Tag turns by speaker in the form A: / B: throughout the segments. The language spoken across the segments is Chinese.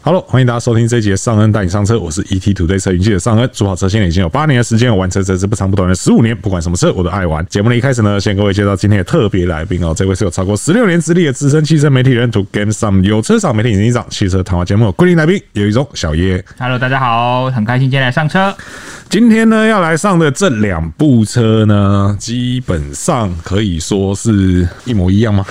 A: Hello，欢迎大家收听这一节上恩带你上车，我是 ET Today 车云记者尚恩。主跑车现在已经有八年的时间，我玩车真是不长不短的十五年，不管什么车我都爱玩。节目的一开始呢，先跟各位介绍今天的特别来宾哦，这位是有超过十六年资历的资深汽车媒体人，To Game Some 有车赏媒体执行长，汽车谈话节目的固定来宾，有一种小叶。
B: Hello，大家好，很开心今天来上车。
A: 今天呢要来上的这两部车呢，基本上可以说是一模一样 吗？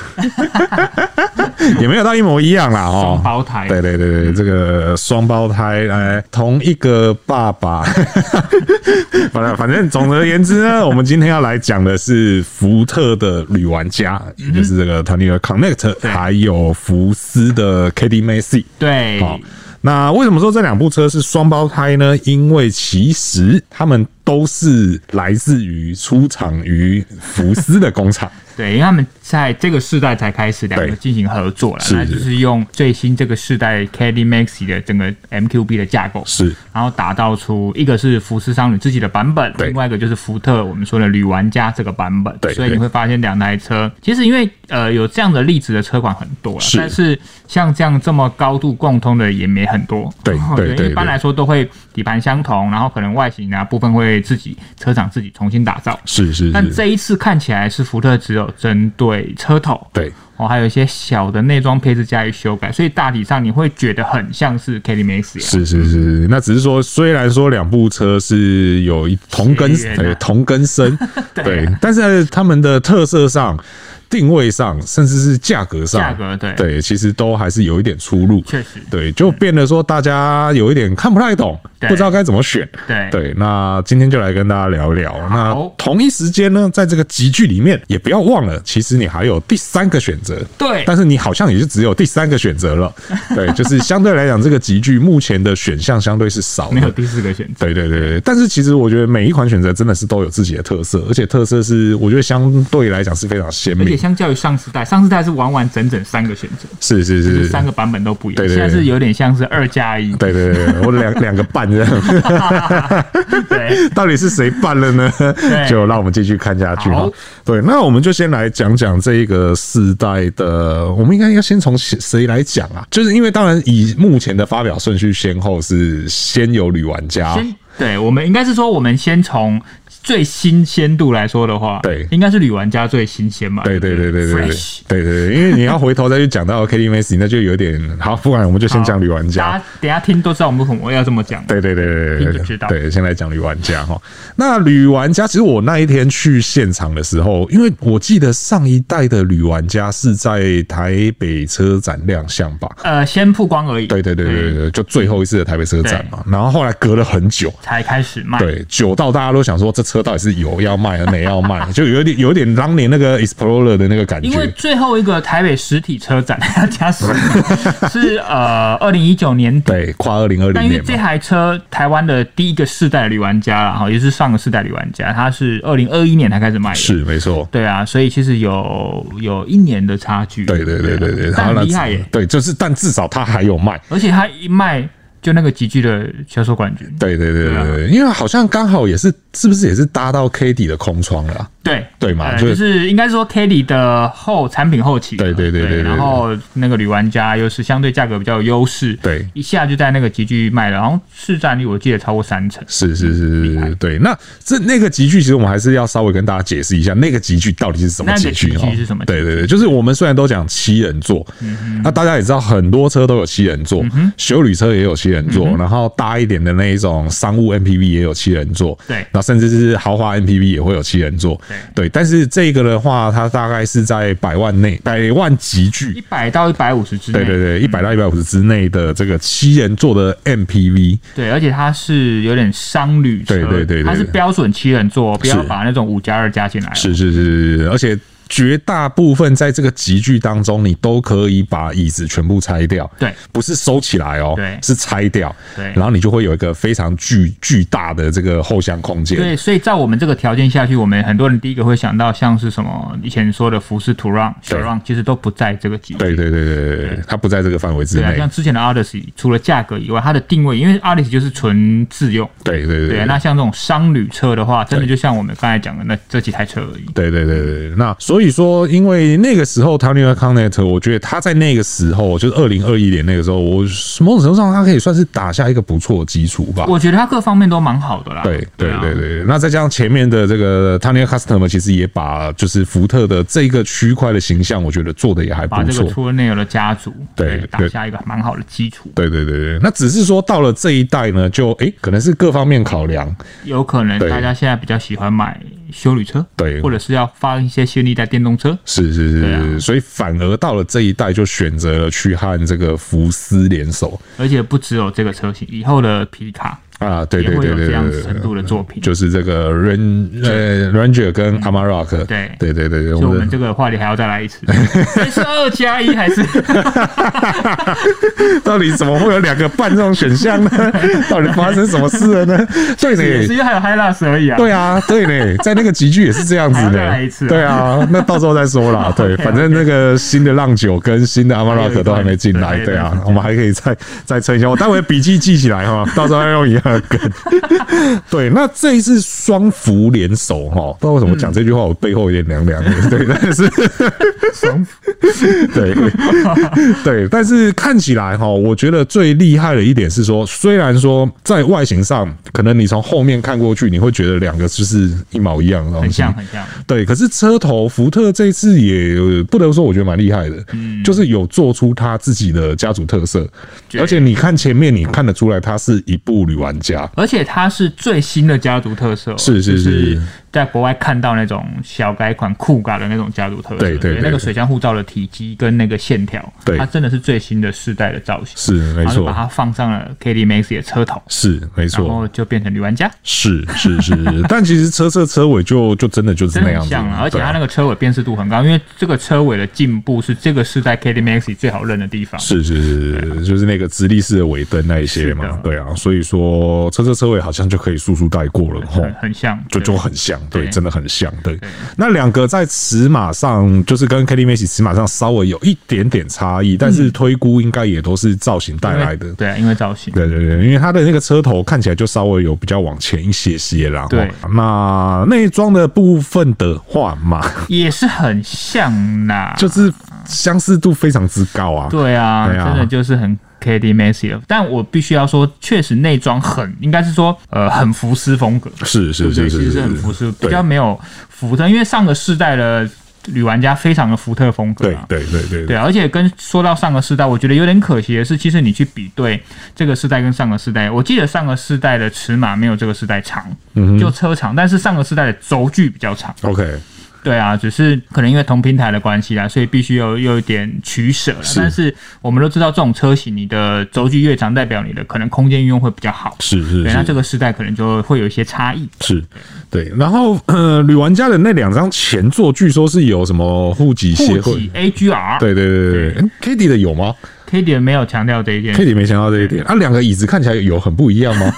A: 也没有到一模一样啦哦，
B: 双胞胎
A: 对对对对，这个双胞胎，哎，同一个爸爸， 反正反正总而言之呢，我们今天要来讲的是福特的女玩家，就是这个 t a n i a Connect，还有福斯的 KD Macy。
B: 对，
A: 好，啊那为什么说这两部车是双胞胎呢？因为其实他们都是来自于出厂于福斯的工厂。
B: 对，因为他们在这个世代才开始两
A: 对
B: 个进行合作了，
A: 是
B: 那就是用最新这个世代 Caddy Maxi 的整个 MQB 的架构，
A: 是
B: 然后打造出一个是福斯商旅自己的版本，
A: 对
B: 另外一个就是福特我们说的旅玩家这个版本，
A: 对
B: 所以
A: 对
B: 你会发现两台车其实因为呃有这样的例子的车款很多了，
A: 是
B: 但是像这样这么高度共通的也没很多，哦
A: 对对对
B: 因为一般
A: 对
B: 来说都会底盘相同，然后可能外形啊部分会自己车厂自己重新打造，
A: 是是
B: 但
A: 是，
B: 这一次看起来是福特只有针对车头，
A: 对。
B: 哦，还有一些小的内装配置加以修改，所以大体上你会觉得很像是 Kelly Max
A: 是是是，是那只是说，虽然说两部车是有一同根
B: 血缘啊
A: 对同根生，
B: 对
A: 对，但是在他们的特色上、定位上，甚至是价格上，
B: 价格对
A: 对，其实都还是有一点出入。
B: 确实
A: 对，就变得说大家有一点看不太懂，
B: 对
A: 不知道该怎么选。
B: 对
A: 对，那今天就来跟大家聊聊。那同一时间呢，在这个集聚里面，也不要忘了，其实你还有第三个选择。
B: 对
A: 但是你好像也就只有第三个选择 了。对，就是相对来讲，这个集聚目前的选项相对是少
B: 没有
A: 的。
B: 第四个选择。
A: 对对对对，但是其实我觉得每一款选择真的是都有自己的特色，而且特色是我觉得相对来讲是非常鲜
B: 而且
A: 明。
B: 相较于上世代，上世代是完完整整三个选择，
A: 是是
B: 就是三个版本都不一
A: 对
B: 样。
A: 对对
B: 现在是有点像是二加一，
A: 对对对，对我两两个半这样。
B: 对
A: 到底是谁办了呢？就让我们继续看下去哈
B: 好。
A: 对，那我们就先来讲讲这一个世代的，我们应该要先从谁谁来讲啊？就是因为当然以目前的发表顺序先后是先有女玩家，
B: 先对，我们应该是说，我们先从最新鲜度来说的话，
A: 对
B: 应该是女玩家最新鲜嘛。
A: 对对对对对对
B: Fresh
A: 对对对，因为你要回头再去讲到 K D M S，那就有点好，不然我们就先讲女玩家
B: 大。家等一下听都知道我们为什么要这么讲。
A: 对对对对对
B: 听就
A: 对
B: 知道
A: 对，先来讲女玩家哈。那女玩家，其实我那一天去现场的时候，因为我记得上一代的女玩家是在台北车展亮相吧？
B: 呃，先曝光而已。
A: 对对对对对
B: 嗯
A: 对，就最后一次的台北车展嘛。然后后来隔了很久，
B: 才开始卖。
A: 对，久到大家都想说这车到底是有要卖没要卖， 就有点有点当年那个 Explorer 的那个感
B: 因为
A: 觉。
B: 最后一个台北实体车展 还要 加十年，是呃二零一九年底。
A: 对，跨二零二
B: 但
A: 零
B: 因为
A: 年
B: 这
A: 嘛，
B: 台车台湾的第一个世代的旅玩家啦，哈，也就是上个世代旅玩家，它是二零二一年才开始卖的。
A: 是没错。
B: 对啊，所以其实有有一年的差距。啊
A: 对对对对嗯对，然后
B: 但很
A: 呢
B: 厉害耶！
A: 对，就是但至少它还有卖。
B: 而且它一卖就那个集聚的销售冠军。
A: 对对对
B: 啊
A: 对对，因为好像刚好也是，是不是也是搭到 k d 的空窗了啊？
B: 对
A: 对嘛
B: 呃
A: 就
B: 就是是应该说 Kelly 的后产品后期嘛，
A: 对对对对对对
B: 然后那个女玩家又是相对价格比较有优势，
A: 对
B: 一下就在那个集聚卖了，然后市占率我记得超过三成，
A: 是是是是是，对。那这那个集聚，其实我们还是要稍微跟大家解释一下，那个集聚到底是什么
B: 那
A: 集
B: 个
A: 聚
B: 集
A: 哦
B: 聚是什么集聚
A: 对
B: 嗯
A: 对对，就是我们虽然都讲七人座，那大家也知道很多车都有七人座，修旅车也有七人
B: 嗯
A: 座，然后大一点的那一种商务 MPV 也有七人座，
B: 对
A: 然后甚至是豪华 MPV 也会有七人座，
B: 对
A: 对。但是这个的话，它大概是在百万内，百万集聚
B: 一，百到一百五十之内，
A: 对对对，一百到一百五十之内的这个七人座的 MPV，
B: 对而且它是有点商旅车，
A: 对对对对对
B: 它是标准七人座，不
A: 是
B: 要把那种五加二加进来，
A: 是是是是是，而且绝大部分在这个集聚当中，你都可以把椅子全部拆掉，
B: 对
A: 不是收起来哦，
B: 对
A: 是拆掉，
B: 对
A: 然后你就会有一个非常巨巨大的这个后箱空间，
B: 对，所以在我们这个条件下去，我们很多人第一个会想到像是什么以前说的福斯途让、雪让，其实都不在这个集聚。
A: 对对对对对对，它不在这个范围之
B: 对啊，
A: 内
B: 像，之前的 Odyssey 除了价格以外，它的定位，因为 Odyssey 就是纯自用。
A: 对对
B: 对啊，
A: 对。
B: 那像这种商旅车的话，真的
A: 对
B: 就像我们刚才讲的那这几台车而已。
A: 对对对对，那所所以说，因为那个时候 t o n y Connect，我觉得他在那个时候，就是二零二一年那个时候，我某种程度上他可以算是打下一个不错的基础吧。
B: 我觉得他各方面都蛮好的啦。
A: 对对
B: 啊
A: 对对，对那再加上前面的这个 t o n y Customer，其实也把就是福特的这个区块的形象，我觉得做的也还
B: 把
A: 不
B: 这
A: 错
B: 个。除了内有的家族，
A: 对
B: 打
A: 对
B: 下一个蛮好的基础。
A: 对对对对，那只是说到了这一代呢，就诶、可能是各方面考量，
B: 有可能
A: 对
B: 大家现在比较喜欢买修旅车，
A: 对
B: 或者是要发一些新一代电动车。
A: 是是是
B: 对啊
A: 是，所以反而到了这一代就选择了去和这个福斯联手
B: 而且不只有这个车型，以后的皮卡
A: 啊，对
B: 也
A: 对
B: 会
A: 对
B: 有
A: 对
B: 这样
A: 对
B: 子
A: 对
B: 程。度的作品。
A: 就是这个 Ran 呃 Ranger 跟 Amarok，
B: 嗯对
A: 对对对对，
B: 所以我
A: 我
B: 们
A: 们
B: 这个话题还要再来一 次，这是二加一还是？
A: 到底怎么会有两个半这种选项 呢？到底发生什么事了呢？对
B: 也
A: 呢
B: 是，因为还有 Hilas 而已啊。
A: 对啊，对呢，在那个集剧也是这样子
B: 还要再来一次
A: 的，
B: 啊
A: 对啊，那到时候再说啦。对，
B: OK，OK
A: 反正那个新的浪九跟新的 Amarok 都还没进来，对
B: 对对
A: 啊
B: 对，
A: 我们还可以再再撑一下。我待会笔记记起来哈，到时候要用一样的梗。 对，那这一次双福联手哈，不知道为什么讲这句话，我背后有点凉凉的，对，但是。
B: 爽
A: 对对，但是看起来哈，我觉得最厉害的一点是说，虽然说在外形上，可能你从后面看过去，你会觉得两个就是一毛一样的东
B: 很
A: 西，
B: 像很像，
A: 对。可是车头福特这次也呃不得不说，我觉得蛮厉害的，
B: 嗯
A: 就是有做出他自己的家族特色，
B: 对
A: 而且你看前面，你看得出来，他是一部女玩家。
B: 而且它是最新的家族特色哦，
A: 是是
B: 就是是在国外看到那种小改款酷咖的那种家族特色，
A: 对对对
B: 那个水箱护罩的体积跟那个线条，
A: 对
B: 它真的是最新的世代的造型，
A: 是没
B: 然后就
A: 错
B: 把，它放上了 k d Max 的车头，
A: 是没
B: 然
A: 错，
B: 后就变成女玩家，
A: 是是是，是但其实车侧车尾就就真的就是
B: 真
A: 那
B: 的
A: 样
B: 很
A: 子，
B: 像了。而且
A: 对啊
B: 它那个车尾辨识度很高，因为这个车尾的进步是这个世代 k d Max 最好认的地方。
A: 是是是是，就是那个直立式的尾灯那一些
B: 啊是
A: 嘛
B: 的，
A: 对啊，所以说车车车尾好像就可以速速带过了吼
B: 很。很像，
A: 就
B: 对
A: 就很像，对，
B: 对
A: 真的很像，对。那两个在尺码上，就是跟 k e l l y m a c y 尺码上稍微有一点点差异，但是推估应该也都是造型带
B: 因为
A: 来的。
B: 对啊，因为造 型，
A: 对对对，因为它的那个车头看起来就稍微有比较往前一些些啦。吼
B: 对，
A: 那内装的部分的话嘛，
B: 也是很像啦，
A: 就是相似度非常之高啊。
B: 对啊，
A: 对啊
B: 真的就是很 K D Macy 了。但我必须要说，确实内装很，应该是说呃很福斯风格，
A: 是
B: 对
A: 是
B: 不
A: 是
B: 对？
A: 是
B: 其实
A: 是
B: 很福斯，
A: 对
B: 比较没有福特，因为上个世代的女玩家非常的福特风格、
A: 对
B: 啊。
A: 对对对
B: 对啊，而且跟说到上个世代，我觉得有点可惜的是，其实你去比对这个世代跟上个世代，我记得上个世代的尺码没有这个世代长，
A: 嗯
B: 就车长，但是上个世代的轴距比较长。
A: ，OK。
B: 对啊，只是可能因为同平台的关系啊啦，所以必须有有一点取舍啦。但是我们都知道，这种车型你的轴距越长，代表你的可能空间运用会比较好。
A: 是是
B: 对，那这
A: 是
B: 个时代可能就会有一些差异。
A: 是，对。然后呃，女玩家的那两张前作，据说是有什么户籍协
B: 户
A: 会
B: 籍。AGR，啊
A: 对对对对对，Kitty 的有吗
B: k d 没有强调这一点，
A: ？Kitty 没想到这一点啊，两个椅子看起来有很不一样 吗？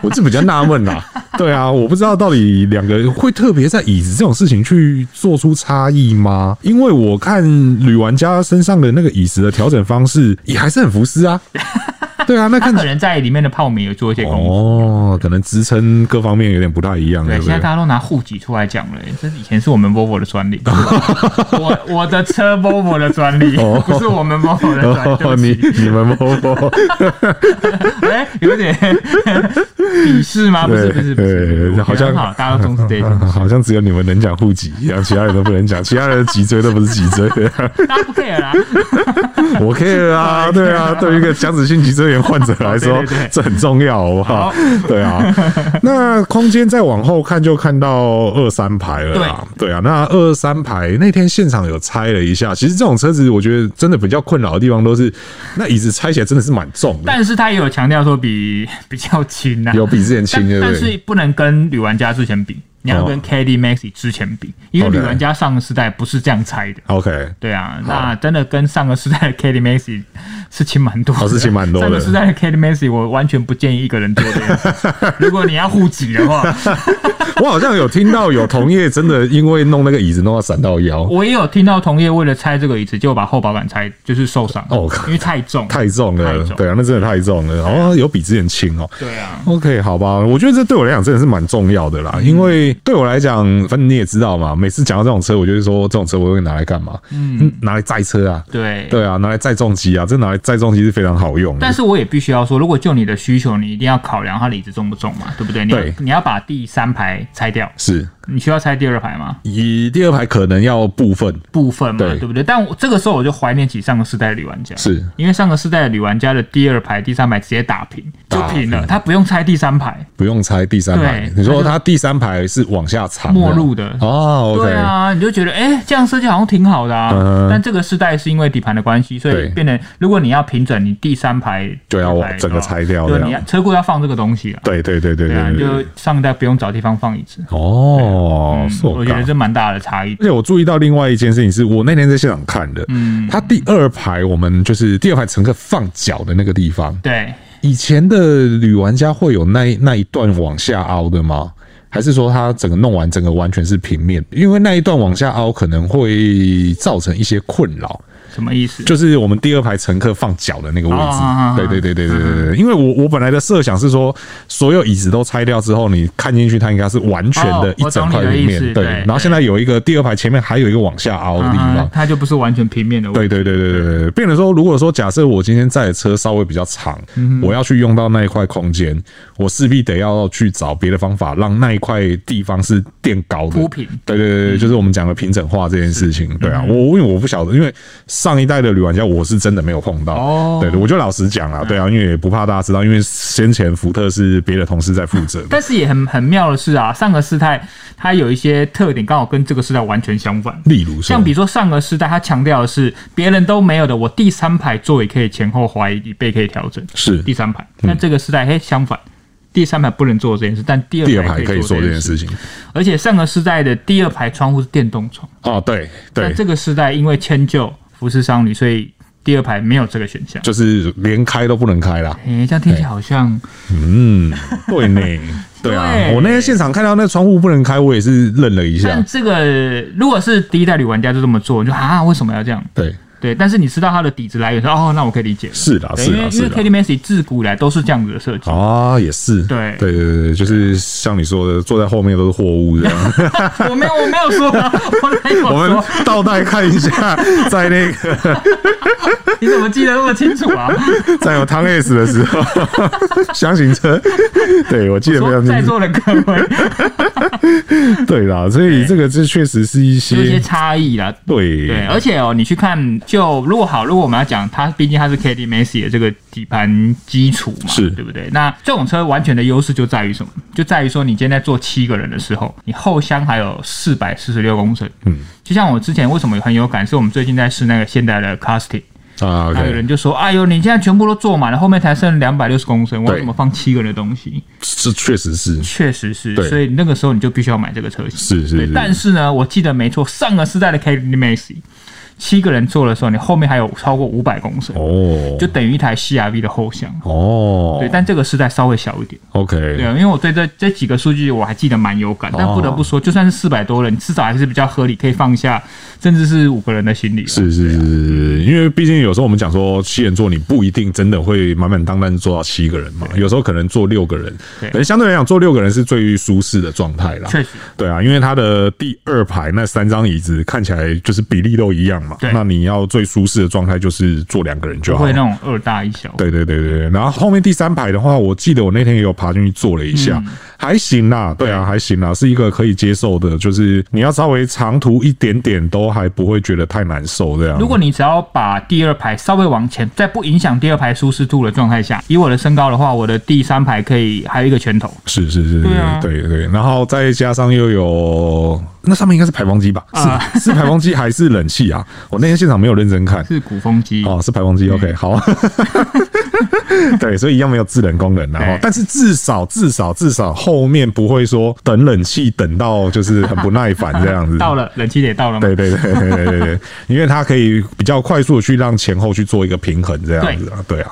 A: 我这比较纳闷啦。对啊，我不知道到底两个会特别在椅子这种事情去做出差异吗？因为我看女玩家身上的那个椅子的调整方式也还是很服饰啊。对啊，那
B: 他
A: 看起
B: 可 能在里面的泡棉有做一些功夫。
A: 哦，可能支撑各方面有点不太一样，对
B: 对，
A: 不
B: 现在
A: 对？
B: 大家都拿户籍出来讲了、欸，这以前是我们 Volvo 的 专利，我我的车 Volvo 的专利，
A: 哦
B: 不是我们 Volvo 的专利 对
A: 哦，
B: 不起
A: 你。 你们摸摸，
B: 哎、有点 鄙视吗？不是，
A: 对
B: 不是，不是，
A: 对
B: 不是
A: 好像
B: 我觉得很好，大家都重视这一 点，
A: 好像只有你们能讲户籍一样，其他人都不能讲，其他人的脊椎都不是脊椎，
B: 大家不 care 啦。
A: 我 care 啊，对啊，对于一个僵直性脊椎炎患者来说
B: 对 对对，
A: 这很重要，好不好
B: 好？
A: 对啊，那空间再往后看就看到二三排了啦，对啊，那二三排那天现场有拆了一下，其实这种车子我觉得真的比较困扰的地方都是，那椅子拆起来真的是蛮重的，
B: 但是他也有强调说比 比较轻啊，
A: 有比之前轻，
B: 但
A: 对不
B: 但
A: 对？
B: 是不能跟女玩家之前比，你要
A: 哦
B: 跟 k d Maxi 之前比，因为
A: OK
B: 女玩家上个时代不是这样拆的。
A: OK，
B: 对啊，那真的跟上个时代的 k d Maxi 是轻蛮多的，
A: 哦是轻蛮多的
B: 上个时代的 k d Maxi 我完全不建议一个人做这件事 情。如果你要护脊的话，
A: 我好像有听到有同业真的因为弄那个椅子弄到闪到腰，
B: 我也有听到同业为了拆这个椅子，就把后保杆拆，就是受伤
A: 哦
B: 因为太重，
A: 太重了
B: 太，重
A: 对啊，那真的太重了，然后有比之前轻哦。
B: 对啊，嗯
A: OK，好吧，我觉得这对我来讲真的是蛮重要的啦，因为对我来讲，反正你也知道嘛，每次讲到这种车，我就是说这种车我会拿来干嘛？嗯，拿来载车啊，
B: 对。
A: 对啊，拿来载重机啊，这拿来载重机是非常好用的。
B: 但是我也必须要说，如果就你的需求，你一定要考量它里子重不重嘛，对不对？你要
A: 对
B: 你要把第三排拆掉，
A: 是
B: 你需要拆第二排吗？
A: 以第二排可能要部分
B: 部分嘛，
A: 对
B: 对不对？但我这个时候我就怀念起上个世代的女玩家，
A: 是
B: 因为上个世代的女玩家的第二排、第三排直接打平，就
A: 打
B: 平了，
A: 平
B: 他不用拆第三排，
A: 不用拆第三排
B: 对。
A: 你说它第三排是往下藏的
B: 末路的
A: 哦，OK，
B: 对啊，你就觉得哎、诶这样设计好像挺好的啊。
A: 嗯
B: 但这个世代是因为底盘的关系，所
A: 对
B: 以变成如果你要平整，你第三排
A: 就要
B: 第二排
A: 啊整个拆掉
B: 对，
A: 这
B: 你
A: 样
B: 要车库要放这个东西啊。
A: 对对对对
B: 对啊，
A: 对
B: 你
A: 对。
B: 就上一代不用找地方放椅子，
A: 哦，是
B: 啊我觉得这蛮大的差异
A: 而。且我注意到另外一件事情，是我那天在现场看的，嗯，它第二排我们就是第二排乘客放脚的那个地方，
B: 对，
A: 以前的女玩家会有那一那一段往下凹的吗？还是说它整个弄完整个完全是平面？因为那一段往下凹可能会造成一些困扰，
B: 什么意思？
A: 就是我们第二排乘客放脚的那个位置
B: 哦。
A: 对对对对对对对，因为我我本来的设想是说，所有椅子都拆掉之后，你看进去它应该是完全的
B: 哦
A: 一整块平
B: 我懂你的意
A: 面。
B: 思
A: 对，
B: 对
A: 然后现在有一个第二排前面还有一个往下凹的地
B: 啊
A: 方
B: 哈。它就不是完全平面的位置。
A: 对对对对对对，变成说，如果说假设我今天载的车稍微比较长，我要去用到那一块空间，我势必得要去找别的方法，让那一块地方是垫高的
B: 铺平
A: 对对对对，就是我们讲的平整化这件事情。对啊，我因为我不晓得，因为上一代的旅玩家我是真的没有碰到。
B: 哦
A: 对对，我就老实讲啦，对啊，因为也不怕大家知道，因为先前福特是别的同事在负责的。
B: 但是也很很妙的是啊，上个世代它有一些特点，刚好跟这个世代完全相反。
A: 例如说，
B: 像比如说上个世代，它强调的是别人都没有的，我第三排座椅可以前后滑移，椅背可以调整，
A: 是
B: 第三排。
A: 嗯
B: 但这个世代，嘿，相反，第三排不能做这件事，但第
A: 第二
B: 二
A: 排
B: 排
A: 可以做
B: 做
A: 这
B: 这
A: 件
B: 件
A: 事。情。
B: 而且上个世代的第二排窗户是电动窗，
A: 哦，对对
B: 但，这个世代因为迁就服饰商旅，所以第二排没有这个选项。
A: 就是连开都不能开啦。
B: 诶、这样听起来好像
A: 嗯， 对呢，对啊，
B: 对
A: 我那天现场看到那窗户不能开，我也是愣了一下
B: 但。这个如果是第一代旅玩家就这么做，你就啊为什么要这样？
A: 对，
B: 对，但是你知道它的底子来源，说哦，那我可以理解了。
A: 是啦，
B: 对
A: 是
B: 因为
A: 啦，
B: 因
A: 是啊
B: 为
A: 啦。
B: Kelly Messi 自古以来都是这样子的设计，
A: 啊，也是，
B: 对
A: 对对对，就是像你说的，坐在后面都是货物这样。
B: 我没有我没有说啊， 我没有
A: 我们
B: 说，
A: 倒带看一下，在那个
B: 你怎么记得那么清楚啊？
A: 在有汤 S 的时候， 箱型车，对 我记得非
B: 说
A: 常
B: 在
A: 清楚。
B: 座的各位
A: 对啦，所以这个这确实是一
B: 有一些
A: 些
B: 差异啦。对，
A: 对
B: 而且哦，你去看，就如果好，如果我们要讲它，毕竟它是 k d Messi 的这个底盘基础嘛，
A: 是
B: 对不对？那这种车完全的优势就在于什么？就在于说，你今天在坐七个人的时候，你后箱还有四百四十六公升。嗯，就像我之前为什么很有感，是我们最近在试那个现代的 Casting，
A: 啊
B: 还有
A: ，OK，
B: 人就说：“哎呦，你现在全部都坐满了，后面才剩两百六十公升，我
A: 对
B: 怎么放七个人的东西
A: 这确实是？”
B: 确实是
A: 对，
B: 所以那个时候你就必须要买这个车型。
A: 是是
B: 对
A: 是
B: 但是呢，我记得没错，上个世代的 k t Macy 七个人坐的时候，你后面还有超过五百公升，
A: 哦，
B: 就等于一台 CRV 的后箱。
A: 哦，
B: 对，但这个世代稍微小一点，对，
A: OK，
B: 因为我对这这几个数据我还记得蛮有感，
A: 哦
B: 但不得不说，就算是四百多人，至少还是比较合理，可以放下，甚至是五个人的行李了。
A: 是是是是是，因为毕竟有时候我们讲说七人座，你不一定真的会满满当当做到七个人嘛，有时候可能坐六个人，
B: 对
A: 可能相对来讲坐六个人是最舒适的状态啦。
B: 确实，
A: 对啊，因为它的第二排那三张椅子看起来就是比例都一样嘛
B: 对，
A: 那你要最舒适的状态就是坐两个人就
B: 不
A: 好
B: 会
A: 了
B: 那。种二大一小。
A: 对对对对对，然后后面第三排的话，我记得我那天也有爬进去坐了一下，
B: 嗯
A: 还行啦，对啊，还行啦，是一个可以接受的，就是你要稍微长途一点点都还不会觉得太难受这样。
B: 如果你只要把第二排稍微往前，在不影响第二排舒适度的状态下，以我的身高的话，我的第三排可以还有一个拳头，
A: 是是是，
B: 对啊
A: 对对，然后再加上又有那上面应该是排风机吧？
B: 啊
A: 是是排风机还是冷气 啊？我那天现场没有认真看。
B: 是嗯鼓风机。
A: 哦，是排风机，OK，好， 对，所以一样没有制冷功能啊，然后
B: 对
A: 但是至少至少至少后面不会说等冷气等到就是很不耐烦这样子，
B: 到了，冷气也到了嘛。
A: 对对对对对对对，因为它可以比较快速的去让前后去做一个平衡这样子啊，对啊，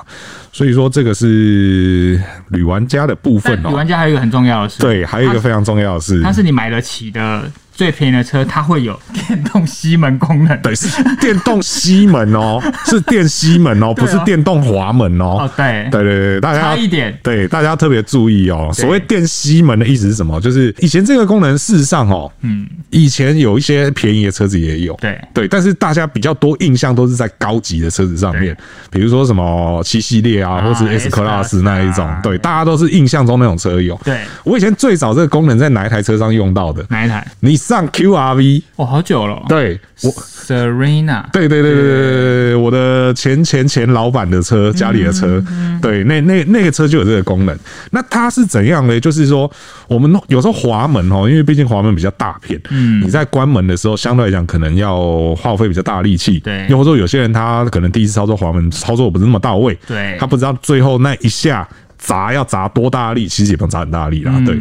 A: 所以说这个是女玩家的部分
B: 但
A: 哦、
B: 女玩家还有一个很重要的事，啊
A: 对，还有一个非常重要的是，
B: 它是你买得起的最便宜的车它会有电动吸门功能。
A: 对，是电动吸门哦，是电吸门 哦，不是电动滑门哦
B: 哦。，对，
A: 对对对，大家
B: 差一点
A: 对大家特别注意哦。所谓电吸门的意思是什么？就是以前这个功能，事实上哦，嗯，以前有一些便宜的车子也有，
B: 对
A: 对，但是大家比较多印象都是在高级的车子上面，比如说什么七系列啊，或
B: 啊
A: 是 S
B: S
A: Class
B: Class
A: 那一种
B: 啊，
A: 对，大家都是印象中那种车有。
B: 对
A: 我以前最早这个功能在哪一台车上用到的？
B: 哪一台？
A: 你上 QRV，
B: 哦，好久了哦。
A: 对我，
B: Serena，
A: 对对对对对对对，我的前前前老板的车，家里的车，对，那那那个车就有这个功能。那它是怎样呢？就是说，我们有时候滑门哦，因为毕竟滑门比较大片，嗯，你在关门的时候，相对来讲可能要耗费比较大的力气，
B: 对
A: 又或者说有些人他可能第一次操作滑门，操作不是那么到位，
B: 对
A: 他不知道最后那一下。砸要砸多大的力，其实也不用砸很大的力啦。对，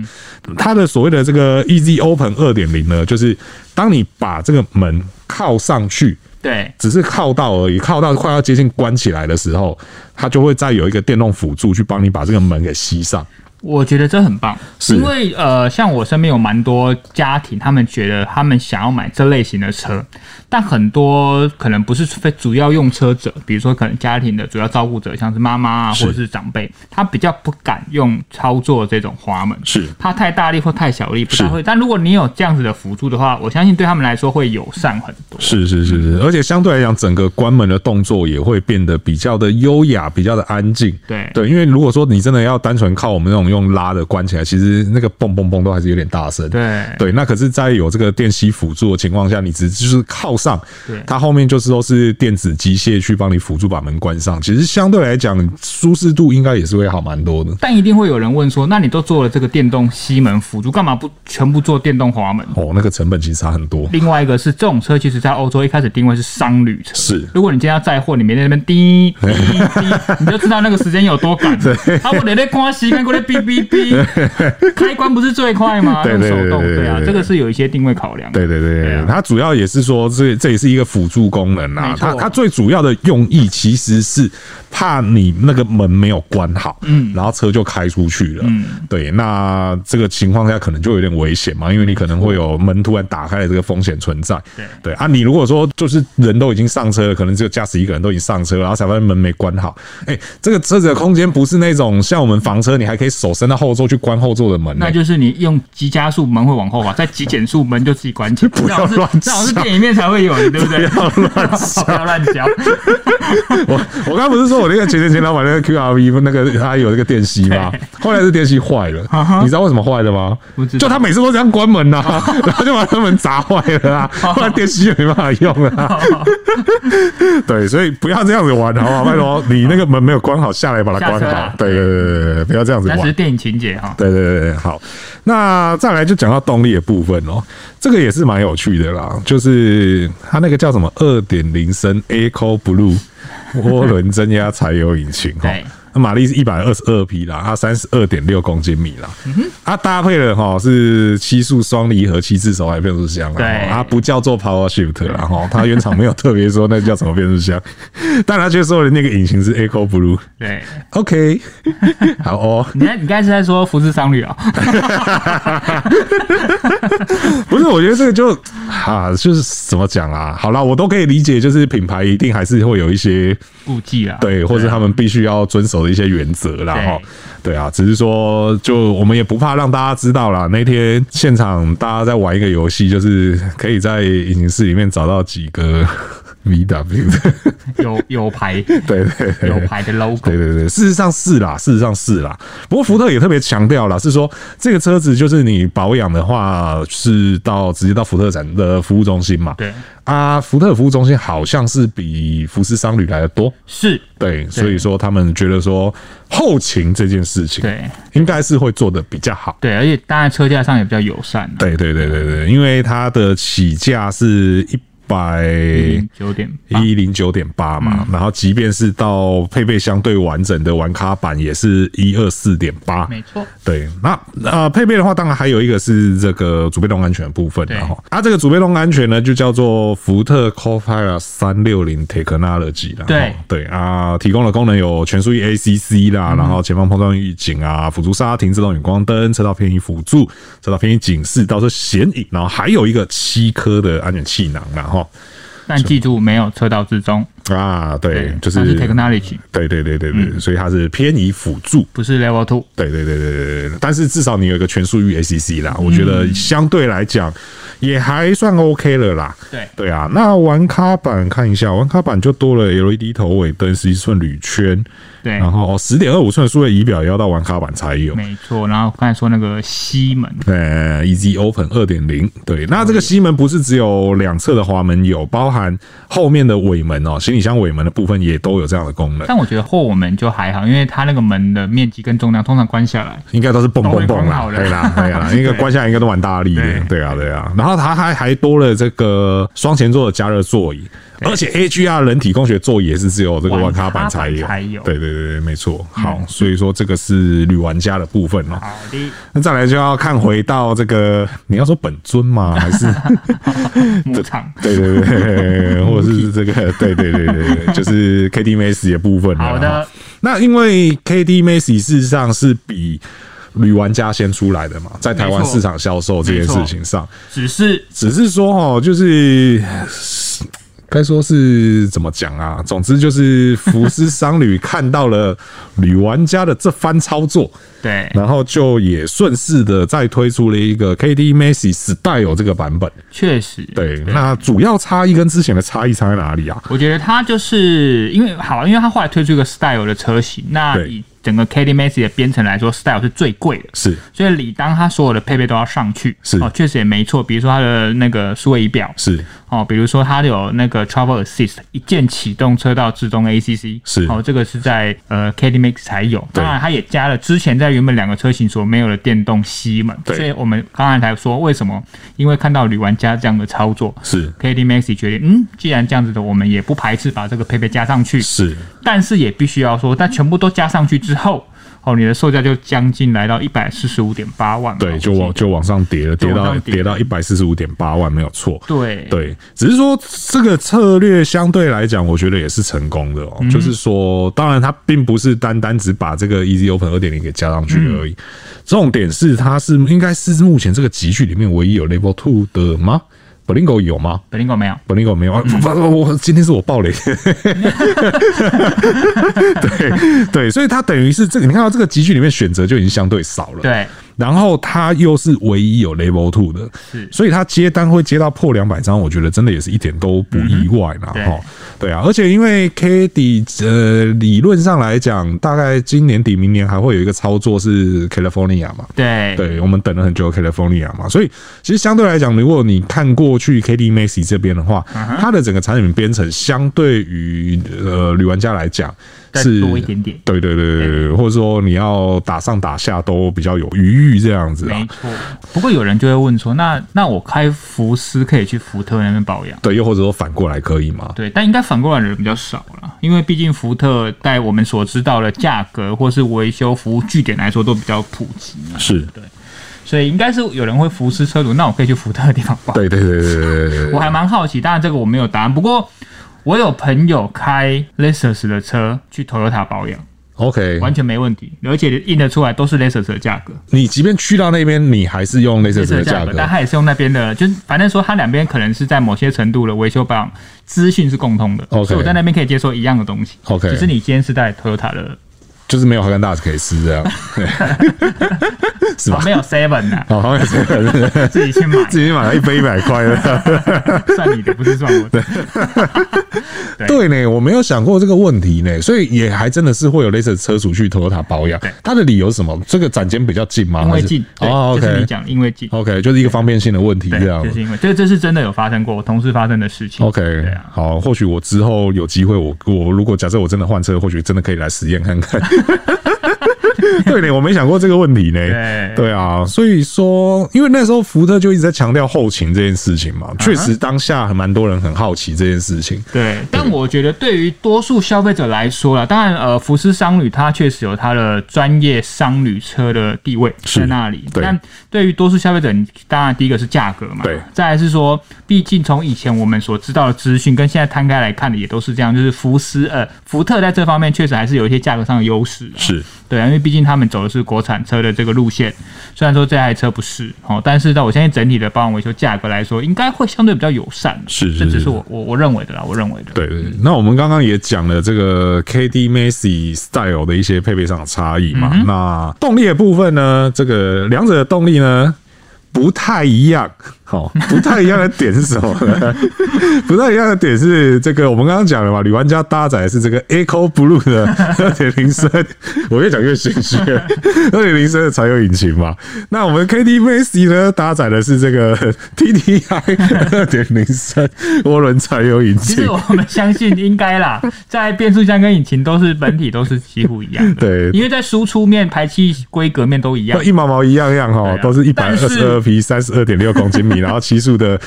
A: 它的所谓的这个 Easy Open 二点零呢，就是当你把这个门靠上去，
B: 对
A: 只是靠到而已，靠到快要接近关起来的时候，它就会再有一个电动辅助去帮你把这个门给吸上。
B: 我觉得这很棒，
A: 是
B: 因为呃，像我身边有蛮多家庭，他们觉得他们想要买这类型的车，但很多可能不是非主要用车者，比如说可能家庭的主要照顾者，像是妈妈啊
A: 是
B: 或者是长辈，他比较不敢用操作这种滑门，
A: 是
B: 怕太大力或太小力不
A: 是
B: 太会。但如果你有这样子的辅助的话，我相信对他们来说会友善很多。
A: 是是是是，而且相对来讲，整个关门的动作也会变得比较的优雅，比较的安静。
B: 对
A: 对，因为如果说你真的要单纯靠我们那种用拉的关起来，其实那个蹦蹦蹦都还是有点大声。
B: 对
A: 对，那可是，在有这个电吸辅助的情况下，你只就是靠上
B: 对，
A: 它后面就是都是电子机械去帮你辅助把门关上。其实相对来讲，舒适度应该也是会好蛮多的。
B: 但一定会有人问说，那你都做了这个电动吸门辅助，干嘛不全部做电动滑门？
A: 哦，那个成本其实差很多。
B: 另外一个是这种车，其实在欧洲一开始定位是商旅车。
A: 是
B: 如果你今天要载货，你每天在那边 滴滴滴，你就知道那个时间有多赶。他我得在关西跟过来哔哔 哔，开关不是最快吗？
A: 对
B: 用
A: 对
B: 手动，
A: 对对
B: 对啊，
A: 对
B: 这个是有一些定位考量。
A: 对对对对
B: 对啊
A: 它主要也是说这这也是一个辅助功能啊
B: 没。错
A: 它它最主要的用意其实是怕你那个门没有关好，嗯，然后车就开出去了，嗯，对。那这个情况下可能就有点危险嘛，因为你可能会有门突然打开的这个风险存在。
B: 对
A: 对啊，你如果说就是人都已经上车了，可能只有驾驶一个人都已经上车了，然后才发现门没关好，哎，这个车子的空间不是那种像我们房车，你还可以手伸到后座去关后座的门、
B: 那
A: 欸，
B: 就是你用急加速门会往后滑，再急减速门就自己关起来。
A: 不要
B: 这好像是
A: 乱
B: 这好像是
A: 讲
B: 电影面才会有的，对不对？
A: 不要 乱想
B: 不要乱讲。
A: 我我刚不是说我那个前前前老板那个 QRV 那个他有那个电吸吗？后来是电吸坏了，你知道为什么坏的吗
B: 不？啊知
A: 就
B: 道啊
A: 他每次都这样关门呐、啊然后就把他门砸坏了啊，后来电吸也没办法用了、 啊。对，所以不要这样子玩，好不好？拜托，你那个门没有关好，下来把它关
B: 下车
A: 好
B: 啊。
A: 对对对对对，不要这样子
B: 那
A: 玩
B: 只。是电影情节哈。
A: 对对对对，好，那再来就讲到动力的部分哦，这个也是蛮有趣的啦，就是它那个叫什么二点零升 Eco Blue 涡轮增压柴油引擎哈、
B: 对
A: 那马力是一百二十二匹啦，它三十二点六公斤米啦，
B: 嗯
A: 它、搭配了哈是七速双离合七自手排变速箱啦，
B: 对
A: 齁它不叫做 Power Shift 啦哈，齁它原厂没有特别说那叫什么变速箱， 但它却说的那个引擎是 Eco Blue。
B: 对，
A: OK，好哦。
B: 你看你刚才是在说福斯商旅啊？
A: 不是，我觉得这个就啊，就是怎么讲啊？好啦，我都可以理解，就是品牌一定还是会有一些
B: 估计啊。
A: 对，或者他们必须要遵守的一些原则啦。
B: 对
A: 哈。对啊，只是说，就我们也不怕让大家知道啦。那天现场大家在玩一个游戏，就是可以在引擎室里面找到几个 VW 的，
B: 有有牌，
A: 对对对，
B: 有牌的 logo，
A: 对对对，事实上是啦，事实上是啦。不过福特也特别强调啦，是说这个车子就是你保养的话是到直接到福特展的服务中心嘛。
B: 对
A: 啊，福特服务中心好像是比福斯商旅来的多。
B: 是，
A: 对，所以说他们觉得说后勤这件事情，
B: 对
A: 应该是会做的比较好。
B: 对，而且当然车架上也比较友善啊、
A: 对对对对对，因为它的起价是一百
B: 九点嗯八嗯
A: 一零九点八嘛，然后即便是到配备相对完整的玩卡版，也是一二四点八，
B: 没错。
A: 对，那呃配备的话，当然还有一个是这个主被动安全的部分然后
B: 对
A: 啊，这个主被动安全呢，就叫做福特 Copilot 三六零 Technology 啦。
B: 对
A: 齁对啊，提供的功能有全速域 ACC 啦，
B: 嗯
A: 然后前方碰撞预警啊，辅助刹停、自动远光灯、车道偏移辅助、车道偏移警示、倒车显影，然后还有一个七颗的安全气囊啦。哈。
B: 但记住，没有车道之中，
A: 啊，对，就是
B: 它是嗯 technology，
A: 对对对对对，所以它是偏移辅助，
B: 不是 level two。
A: 对对对对对对。但是至少你有一个全速域 ACC 啦，我觉得相对来讲也还算 OK 了啦。
B: 对
A: 对啊，那玩咖版看一下，玩咖版就多了 LED 头尾灯、十一寸铝圈，
B: 对，
A: 然后十点二五寸数位仪表也要到玩咖版才有。
B: 没错。然后刚才说那个西门，
A: 呃，Easy Open 二点零，对，那这个西门不是只有两侧的滑门有，包含后面的尾门哦，行李箱尾门的部分也都有这样的功能。
B: 但我觉得后门就还好，因为它那个门的面积跟重量通常关下来，
A: 应该都是蹦蹦蹦啦
B: 都，会
A: 对
B: 关
A: 啦，对 啦，
B: 对
A: 应该关下来应该都蛮大力的
B: 对，
A: 对啊，对啊。然后它还还多了这个双前座的加热座椅，而且 AGR 人体工学座椅也是只有这个万卡版才
B: 万
A: 有
B: 卡版才，有嗯
A: 对对对对，没错。好，所以说这个是女玩家的部分哦。
B: 好的，
A: 那再来就要看回到这个，你要说本尊吗？还是
B: 牧场。
A: 对对对对，对或者是这个，对对对对对，就是 K D m a c y 的部分。啊
B: 好的，
A: 那因为 K D m a c y 事实上是比女玩家先出来的嘛，在台湾
B: 没错
A: 市场销售这件事情上，
B: 只是
A: 只是说哦，就是。该说是怎么讲啊？总之就是福斯商旅看到了女玩家的这番操 作，
B: 对，
A: 然后就也顺势的再推出了一个 K D m a c y Style 这个版本。
B: 确实，
A: 对，那主要差异跟之前的差异差在哪里啊？
B: 我觉得它就是因为好，因为它后来推出一个 Style 的车型，那
A: 对
B: 以整个 k d m a c y 的编程来说，Style 是最贵的。
A: 是
B: 所以理当它所有的配备都要上去，
A: 是
B: 哦，确实也没错。比如说它的那个数位仪表，
A: 是
B: 哦，比如说它有那个 Travel Assist 一键启动车道自动的 ACC，
A: 是
B: 哦，这个是在呃 k d Max 才有。
A: 对
B: 当然，它也加了之前在原本两个车型所没有的电动吸门。
A: 对
B: 所以我们刚才才说为什么，因为看到女玩家这样的操作。
A: 是
B: k d Max 决定，嗯，既然这样子的，我们也不排斥把这个配备加上去，
A: 是，
B: 但是也必须要说，但全部都加上去之后，哦，你的售价就将近来到一百四十五点八万嘛。
A: 对，
B: 我
A: 就
B: 记
A: 往
B: 得
A: 就往上跌了，跌
B: 就往
A: 到
B: 上
A: 跌
B: 跌
A: 到一百四十五点八万，没有错。
B: 对
A: 对，只是说这个策略相对来讲，我觉得也是成功的哦。就是说，当然它并不是单单只把这个 Easy Open 二点零给加上去而已，重点是它是应该是目前这个集聚里面唯一有 Level Two 的吗？Blingo 有吗？
B: 本林狗没有。
A: 本林狗没有，啊不不不我今天是我爆雷。 对对，所以它等于是这个，你看到这个集聚里面选择就已经相对少了。，
B: 对，
A: 然后它又是唯一有 Level Two 的
B: 是，
A: 所以它接单会接到破两百张，我觉得真的也是一点都不意外啦。
B: 对
A: 哈、对啊，而且因为 K D 呃，理论上来讲，大概今年底明年还会有一个操作是 California 嘛。
B: 对，
A: 对，我们等了很久的 California 嘛，所以其实相对来讲，如果你看过去 KD Maxi 这边的话，
B: 嗯
A: 它的整个产品编程相对于呃旅玩家来讲
B: 再
A: 是
B: 多一点点
A: 对对对对对，或者说你要打上打下都比较有余裕这样子啊
B: 没。错。不过有人就会问说，那那我开福斯可以去福特那边保养？
A: 对，又或者说反过来可以吗？
B: 对，但应该反过来的人比较少了，因为毕竟福特在我们所知道的价格或是维修服务据点来说都比较普及嘛，
A: 是，
B: 所以应该是有人会福斯车主，那我可以去福特的地方保养。
A: 对对对对对对
B: 我
A: 对，
B: 还蛮好奇，当然这个我没有答案，不过我有朋友开 Lexus 的车去 Toyota 保养，
A: 嗯 OK，
B: 完全没问题，而且印得出来都是 Lexus 的价格。
A: 你即便去到那边，你还是用类似
B: 这
A: 的
B: 个
A: 价格，
B: 但它也是用那边的，就是反正说它两边可能是在某些程度的维修保养资讯是共通的
A: OK
B: 所以我在那边可以接受一样的东西。
A: OK
B: 只是你今天是在 Toyota 的，
A: 就是没有荷兰大可以吃这 样。是吧
B: 哦没有 Seven 啊，
A: 好，好像是
B: 自己去买，
A: 自己买了一杯一百块的。
B: 算你的，不是算我的。
A: 对呢，我没有想过这个问题呢，所以也还真的是会有类似的车主去 Toyota 保养
B: 对。
A: 它的理由是什么？这个展间比较近吗？
B: 因
A: 还
B: 为
A: 是
B: 近，对
A: 哦
B: 就是你
A: ，OK
B: 讲因为近，
A: OK，就是一个方便性的问题
B: 对
A: 这，样
B: 就。是因为这这是真的有发生过，我同事发生的事情。
A: OK，
B: 对啊。
A: 好，或许我之后有机会，我我如果假设我真的换车，或许真的可以来实验看看。 对嘞，我没想过这个问题呢。
B: 对
A: 对啊，所以说，因为那时候福特就一直在强调后勤这件事情
B: 嗯
A: 嘛，确实当下还蛮多人很好奇这件事情。
B: 对，但我觉得对于多数消费者来说啦，当然，呃，福斯商旅它确实有它的专业商旅车的地位
A: 是
B: 在那里。
A: 对
B: 但对于多数消费者，你当然第一个是价格嘛，
A: 对
B: 再来是说，毕竟从以前我们所知道的资讯跟现在摊开来看的也都是这样，就是福斯呃福特在这方面确实还是有一些价格上的优势、啊。
A: 是
B: 对啊，因为毕竟他们走的是国产车的这个路线，虽然说这台车不是哦，但是到我相信整体的保养维修价格来说，应该会相对比较友善。
A: 是是
B: 这只
A: 是
B: 是我我我认为的啦，我认为的。
A: 对对，对那我们刚刚也讲了这个 K D Macy Style 的一些配备上的差异
B: 嗯
A: 嘛。那动力的部分呢，这个两者的动力呢不太一样，好、不太一样的点是什么呢？ 不太一样的点是这个我们刚刚讲了嘛，女玩家搭载的是这个 Eco Blue 的二点零升， 我越讲越心虚了，二点零升的柴油引擎嘛。那我们 K D Macy 呢搭载的是这个 T T I 二点零升涡轮柴油引
B: 其
A: 擎
B: 实。我们相信应该啦，在变速箱跟引擎都是本体都是几乎一样的，
A: 对
B: 因为在输出面、排气规格面都一样
A: 那。一毛毛一样样
B: 对
A: 哈
B: 啊，
A: 都是一百
B: 但
A: 二
B: 是
A: 十二匹，三十二点六公斤 米，然后七速的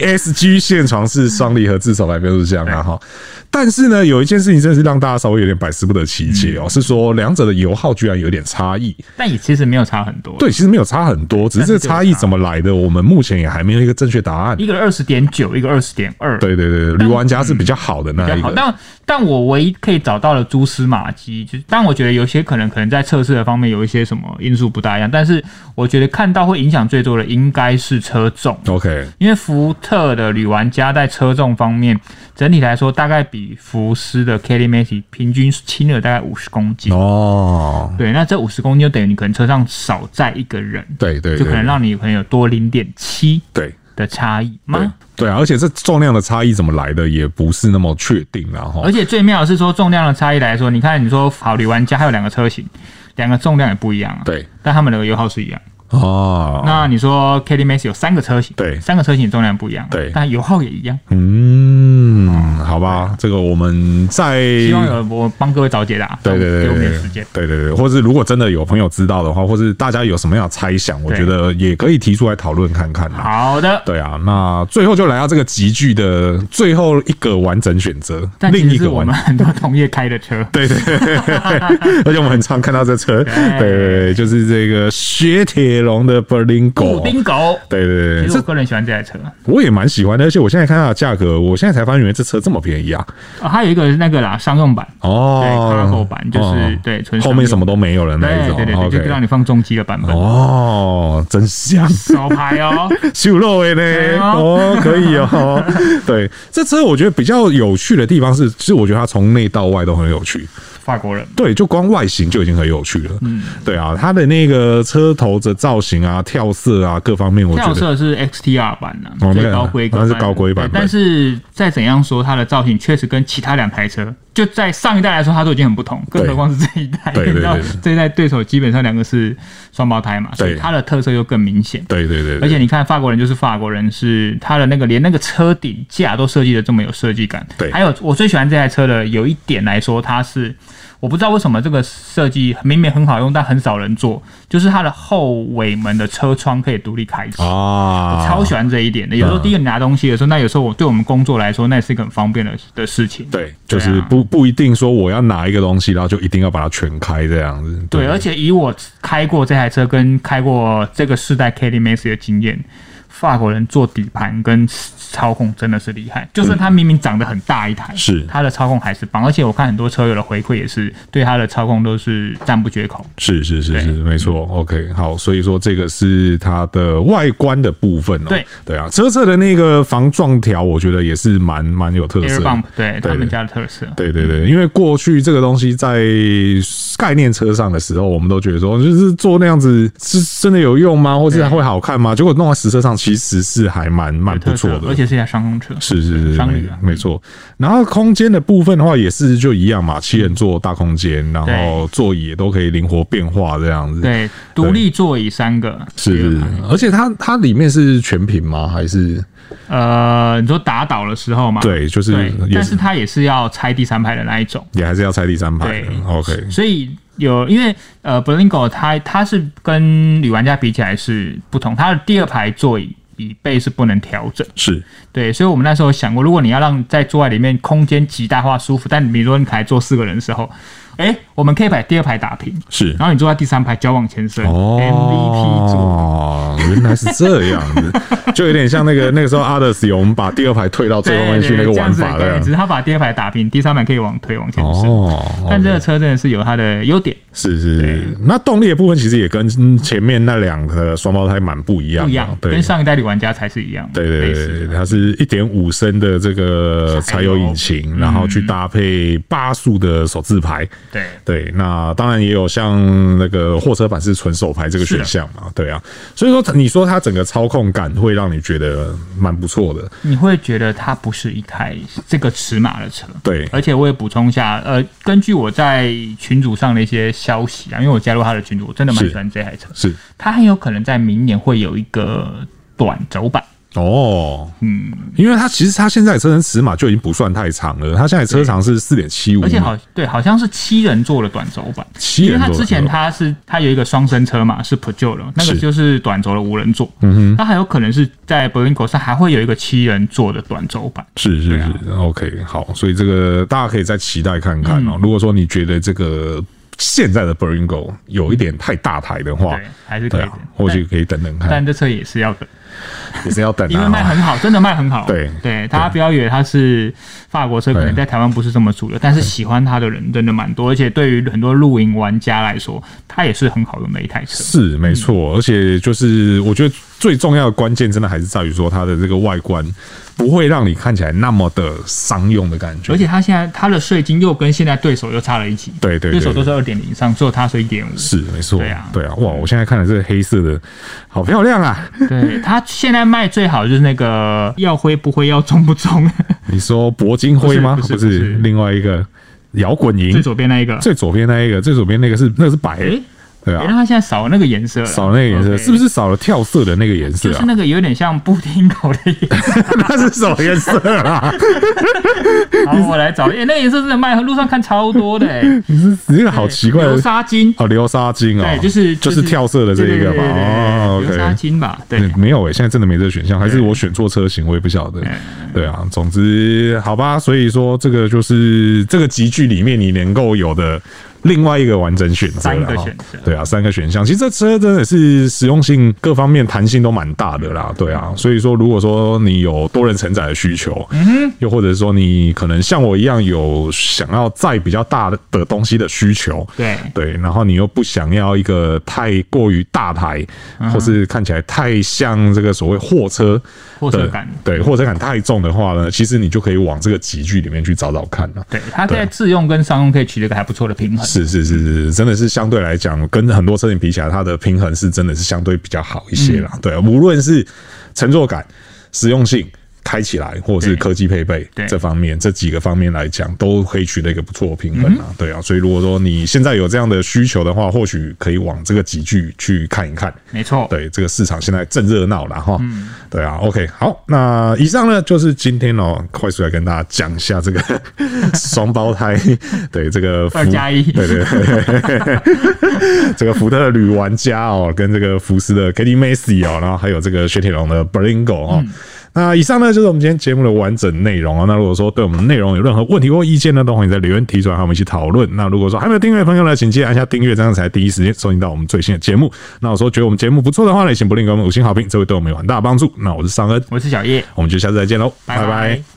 A: DSG 线床式双离合自手排变速箱啊哈。但是呢，有一件事情真的是让大家稍微有点百思不得其解
B: 嗯
A: 哦，是说两者的油耗居然有点差异。
B: 但也其实没有差很多。，
A: 对，其实没有差很多，只是这个差
B: 啊
A: 异怎么来的，我们目前也还没有一个正确答案。
B: 一个二十点九，一个二十点二，
A: 对对对，对铝玩家是比较好的
B: 比
A: 那
B: 较
A: 一
B: 好。
A: 个，
B: 但但我唯一可以找到的蛛丝马迹，就是但我觉得有些可能可能在测试的方面有一些什么因素不大一样，但是我觉得看到会影响最多的应该是车重。
A: OK，
B: 因为福特的旅玩家在车重方面，整体来说大概比福斯的 k e l l y m a t i 平均轻了大概五十公斤。
A: 哦，
B: 对，那这五十公斤就等于你可能车上少载一个人，
A: 对对
B: 就可能
A: 对
B: 让你可能有多零点七
A: 对。
B: 的差异
A: 对
B: 吗？
A: 对啊，而且这重量的差异怎么来的也不是那么确定啊啦，然后
B: 而且最妙的是说重量的差异来说，你看你说好旅玩家还有两个车型，两个重量也不一样啊，
A: 对
B: 但他们的油耗是一样。
A: 哦，
B: 那你说 k e l l y m a t i 有三个车型，
A: 对
B: 三个车型重量不一样，
A: 对
B: 但油耗也一样。
A: 嗯，好吧，这个我们在
B: 希望有我帮各位找解答，
A: 对对
B: 给
A: 对
B: 我们
A: 对
B: 点时间。
A: 对对对，或是如果真的有朋友知道的话，或是大家有什么样的猜想，我
B: 对
A: 觉得也可以提出来讨论看看啦。
B: 好的，
A: 对啊，那最后就来到这个集聚的最后一个完整选择，
B: 但
A: 另
B: 其
A: 一
B: 实是
A: 个
B: 我
A: 完
B: 们很多同业开的车，
A: 对对，对 而且我们很常看到这车，对对对，就是这个雪铁龙的 Berlingo，
B: 布丁狗。
A: 对对 对，
B: 其
A: 这
B: 实我个人喜欢这台车，啊
A: 我也蛮喜欢的，而且我现在看它的价格，我现在才发现原来这车这么便宜啊！
B: 哦还有一个是那个啦，商用版，对
A: 哦
B: ，cargo 版就是、
A: 哦
B: 对纯
A: 后
B: 商
A: 面
B: 用
A: 什么都没有了那一
B: 对
A: 种。
B: 对对对，就让
A: 哦 OK
B: 你放重机的版本，
A: 哦，真香，
B: 手牌哦，
A: 修肉的
B: 对
A: 呢？
B: 哦
A: 哦，可以哦。 对，这车我觉得比较有趣的地方是，其实我觉得它从内到外都很有趣。
B: 法国人。
A: 对，就光外形就已经很有趣了。嗯，对啊，它的那个车头的造型啊、跳色啊各方面，我
B: 跳
A: 觉得
B: 色是 XTR 版的、
A: 哦
B: 最
A: 那个
B: 高规格
A: 那
B: 版，
A: 是高规版
B: 对但是再怎样说，它的造型确实跟其他两台车，就在上一代来说，它都已经很不同，更
A: 对
B: 何况是这一代。
A: 对对对
B: 你知道这一代对手基本上两个是双胞胎嘛，所以
A: 对
B: 它的特色又更明显。
A: 对对对，对
B: 而且你看，法国人就是法国人，是他的那个连那个车顶架都设计的这么有设计感。
A: 对
B: 还有我最喜欢这台车的有一点来说，它是我不知道为什么这个设计明明很好用，但很少人做，就是它的后尾门的车窗可以独立开启。
A: 啊，
B: 超喜欢这一点的。有时候第一个你拿东西的时候，那有时候我对我们工作来说，那也是一个很方便的的事情。
A: 对，就
B: 对
A: 是
B: 啊
A: 不、不一定说我要拿一个东西，然后就一定要把它全开这样子。啊
B: 对，而且以我开过这台车跟开过这个世代 k d m a s 的经验，法国人做底盘跟操控真的是厉害。就算它明明长得很大一台，
A: 是
B: 它的操控还是棒。而且我看很多车友的回馈也是对它的操控都是赞不绝口。
A: 是是是
B: 对
A: 是，没错。OK，好，所以说这个是它的外观的部分哦。
B: 对
A: 对啊，车侧的那个防撞条，我觉得也是蛮蛮有特
B: Air
A: 色的。
B: Bump 对
A: 对
B: 他们家的特色。
A: 对对对，因为过去这个东西在概念车上的时候，我们都觉得说，就是做那样子是真的有用吗？或是
B: 对
A: 会好看吗？结果弄到实车上，其实是还蛮蛮
B: 有
A: 不
B: 特
A: 错
B: 色
A: 的，
B: 而且是一台商用车，
A: 是是是，
B: 商
A: 没
B: 旅啊
A: 没错。然后空间的部分的话，也是就一样嘛，七人座大空间，然后座椅也都可以灵活变化这样子。，
B: 对，独立座椅三个，
A: 是是是。而且它它里面是全屏吗？还是
B: 呃，你说打倒的时候嘛，
A: 对，就是
B: 对，
A: 也
B: 但是它也是要拆第三排的那一种，
A: 也还是要拆第三排
B: 对
A: 哎的。OK，
B: 所以有，因为呃，Blingo 它它是跟女玩家比起来是不同，它的第二排座椅椅背是不能调整。
A: 是
B: 对，所以我们那时候想过，如果你要让在座位里面空间极大化舒服，但比如说你还坐四个人的时候，哎、我们可以把第二排打平，
A: 是
B: 然后你坐在第三排交往前身、m v p 座。
A: 哦，原来是这样子， 就有点像那个那个时候 Others 有我们把第二排推到最后面去那个玩法
B: 对对对这样子的概念只
A: 的。
B: 是他把第二排打平，第三排可以往推往前伸。
A: 哦，
B: 但这个车真的是有它的优点，
A: 是是是，那动力的部分其实也跟嗯前面那两个双胞胎蛮不一样
B: 不
A: 的，
B: 一样，
A: 对
B: 跟。上一代的玩家才是一样。
A: 对对
B: 类
A: 对
B: 似
A: 对，它是一点五升的这个柴
B: 柴
A: 油
B: 油
A: 引擎，然后去搭配八速的手自排。
B: 对
A: 对，那当然也有像那个货车版是纯手排这个选项嘛，对啊，所以说你说它整个操控感会让你觉得蛮不错的，
B: 你会觉得它不是一台这个尺码的车。
A: 对
B: 而且我也补充一下，呃，根据我在群组上的一些消息啊，因为我加入他的群组，我真的蛮
A: 是
B: 喜欢这台车。
A: 是
B: 它很有可能在明年会有一个短轴版，
A: 哦，嗯，因为它其实它现在的车身尺码就已经不算太长了，它现在车长是四点七五，
B: 而且好对，好像是七人座的短轴版。
A: 七
B: 因为
A: 人
B: 它
A: 座
B: 之
A: 的
B: 前
A: 车
B: 它是它有一个双生车嘛，是 p e j o 的，那个
A: 是
B: 就是短轴的无人座。嗯哼，它还有可能是在 Blinko 上还会有一个七人座的短轴版。
A: 是是是、o
B: 啊
A: k 好，所以这个大家可以再期待看看
B: 嗯
A: 哦。如果说你觉得这个现在的 Bringo 有一点太大台的话
B: 对，还是可
A: 对
B: 以
A: 啊
B: 的，
A: 或许可以等等看，
B: 但这车也是要等，
A: 也是要等
B: 因为卖
A: 啊。
B: 很 好，真的卖很好。
A: 对
B: 对，大家不要以为它是法国车，可能
A: 对
B: 在台湾不是这么主流，但是喜欢它的人真的蛮多，而且对于很多露营玩家来说，它也是很好用的一台车。
A: 是没错，而且就是我觉得最重要的关键，真的还是在于说它的这个外观不会让你看起来那么的商用的感觉
B: 而。且它现在它的税金又跟现在对手又差了一级，
A: 对对对
B: 对手都是二点零以上，只有它是一点五。
A: 是没错，
B: 对啊
A: 对啊，哇！我现在看了这个黑色的，好漂亮啊！
B: 对它现在卖最好就是那个要灰不灰，要重不重，
A: 你说铂金灰吗？
B: 不是
A: 不
B: 不是不
A: 是
B: 是，
A: 另外一个摇滚银
B: 最，左边那一个。哎
A: 最左边那一个，最左边那个是那个是白，
B: 诶
A: 对
B: 诶
A: 啊，
B: 那它现在少了那个颜色了，
A: 少了那个颜色，
B: OK
A: 是不是少了跳色的那个颜
B: 就
A: 色
B: 是
A: 啊？
B: 那个有点像布丁狗的颜色。
A: 那是什么颜色 啊？
B: 好，我来找，诶，哎那个颜色真的卖，路上看超多的、诶
A: 你是你这个好 奇怪
B: 流
A: 的
B: 沙金，
A: 哦，流沙金哦，
B: 对，就是
A: 就是跳色的这一个嘛，
B: 对对对对对
A: 哦
B: 流沙
A: ，OK。嗯
B: 金吧，对。
A: 没有诶、欸现在真的没这个选项，还是我选错车型，我也不晓得。对啊，总之好吧，所以说这个就是这个集聚里面你能够有的另外一个完整选择啦，
B: 三个
A: 哈
B: 选择
A: 对啊，三个选项，其实这车真的是实用性各方面弹性都蛮大的啦，对啊，所以说如果说你有多人承载的需求，嗯，又或者说你可能像我一样有想要载比较大的的东西的需求，
B: 对
A: 对，然后你又不想要一个太过于大台，
B: 嗯
A: 或是看起来太像这个所谓货车的。
B: 货车感
A: 对货车感太重的话呢，其实你就可以往这个集聚里面去找找看啊了、
B: 对，它在自用跟商用可以取得一个还不错的平衡。
A: 是是是是，是真的是相对来讲，跟很多车型比起来，它的平衡是真的是相对比较好一些啦。
B: 嗯
A: 对，啊无论是乘坐感、实用性。开起来，或者是
B: 对
A: 科技配备
B: 对
A: 这方面，这几个方面来讲，都可以取得一个不错的平衡
B: 嗯
A: 啊。对啊，所以如果说你现在有这样的需求的话，或许可以往这个集聚去看一看。
B: 没错，
A: 对，这个市场现在正热闹啦。哈。
B: 嗯
A: 对啊，OK，好，那以上呢就是今天哦，快速来跟大家讲一下这个 双胞胎，对这个福
B: 二加一
A: 嗯对对 对，这个福特的女玩家哦，跟这个福斯的 Katie Macy 哦，然后还有这个雪铁龙的 Bringo 哦。
B: 嗯
A: 那以上呢就是我们今天节目的完整内容哦。那如果说对我们内容有任何问题或意见呢，都欢迎在留言提出来，和我们一起讨论。那如果说还没有订阅的朋友呢，请记得按下订阅，这样才第一时间收听到我们最新的节目。那我说觉得我们节目不错的话呢，也请不吝给我们五星好评，这会对我们有很大的帮助。那我是尚恩，
B: 我是小叶，
A: 我们就下次再见喽，拜
B: 拜
A: 拜
B: 拜